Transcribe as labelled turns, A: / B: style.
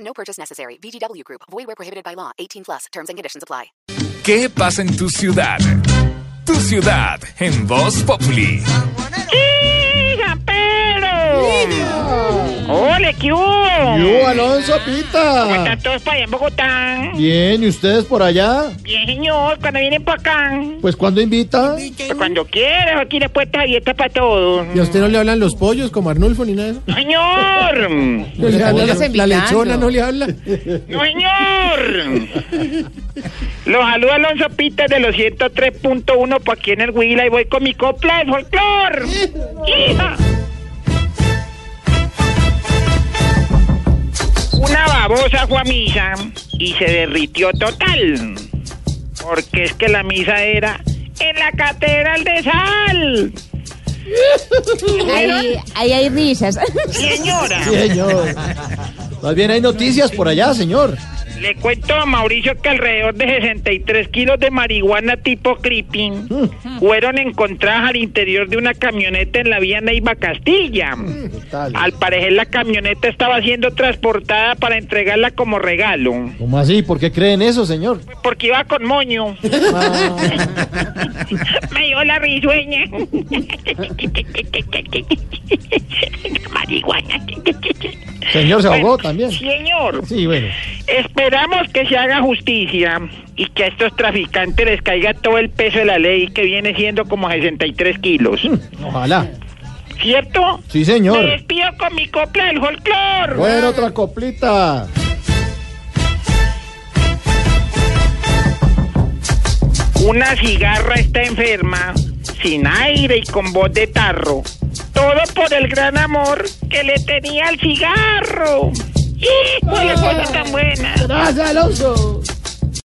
A: No purchase necessary. VGW Group. Void where prohibited by law. 18 plus. Terms and conditions apply.
B: ¿Qué pasa en tu ciudad? Tu ciudad en Voz Populi.
C: ¡Sí, Jampero! ¡Ole, qué hubo!
D: Yo, Alonso
C: ¿Cómo están
D: Pita.
C: todos para allá en Bogotá?
D: Bien, ¿y ustedes por allá?
C: Bien, señor, cuando vienen para acá.
D: Pues cuando invita.
C: Pues cuando quieras, aquí la puerta abierta para todos.
D: ¿Y a usted no le hablan los pollos como Arnulfo ni nada de eso?
C: ¡Señor!
D: No le hablan
E: pollos.
D: la lechona no le habla.
C: ¡No, señor! Los saluda Alonso Pita de los 103.1 por pues aquí en el Huila y voy con mi copla de folclor. ¡Hija! Una babosa fue a misa y se derritió total. Porque es que la misa era en la Catedral de Sal.
E: Ahí, ahí hay risas.
C: Señora.
D: Señor. Más bien hay noticias por allá, señor.
C: Le cuento a Mauricio que alrededor de 63 kilos de marihuana tipo creepy
D: Mm.
C: fueron encontradas al interior de una camioneta en la vía Neiva Castilla.
D: ¿Qué tal?
C: Al parecer la camioneta estaba siendo transportada para entregarla como regalo,
D: ¿Cómo así? ¿Por qué creen eso, señor?
C: porque iba con moño.
D: Ah.
C: Me dio la risueña. marihuana.
D: Señor se ahogó
C: Bueno,
D: también.
C: Señor.
D: Sí, bueno.
C: Esperamos que se haga justicia y que a estos traficantes les caiga todo el peso de la ley que viene siendo como 63 kilos.
D: Ojalá.
C: ¿Cierto?
D: Mm. Sí,
C: Me
D: señor.
C: despido con mi copla del folclor.
D: Bueno, otra coplita.
C: Una cigarra está enferma, sin aire y con voz de tarro. Todo por el gran amor que le tenía al cigarro. ¡Hijo, qué cosa tan buena!
D: Gracias, Alonso.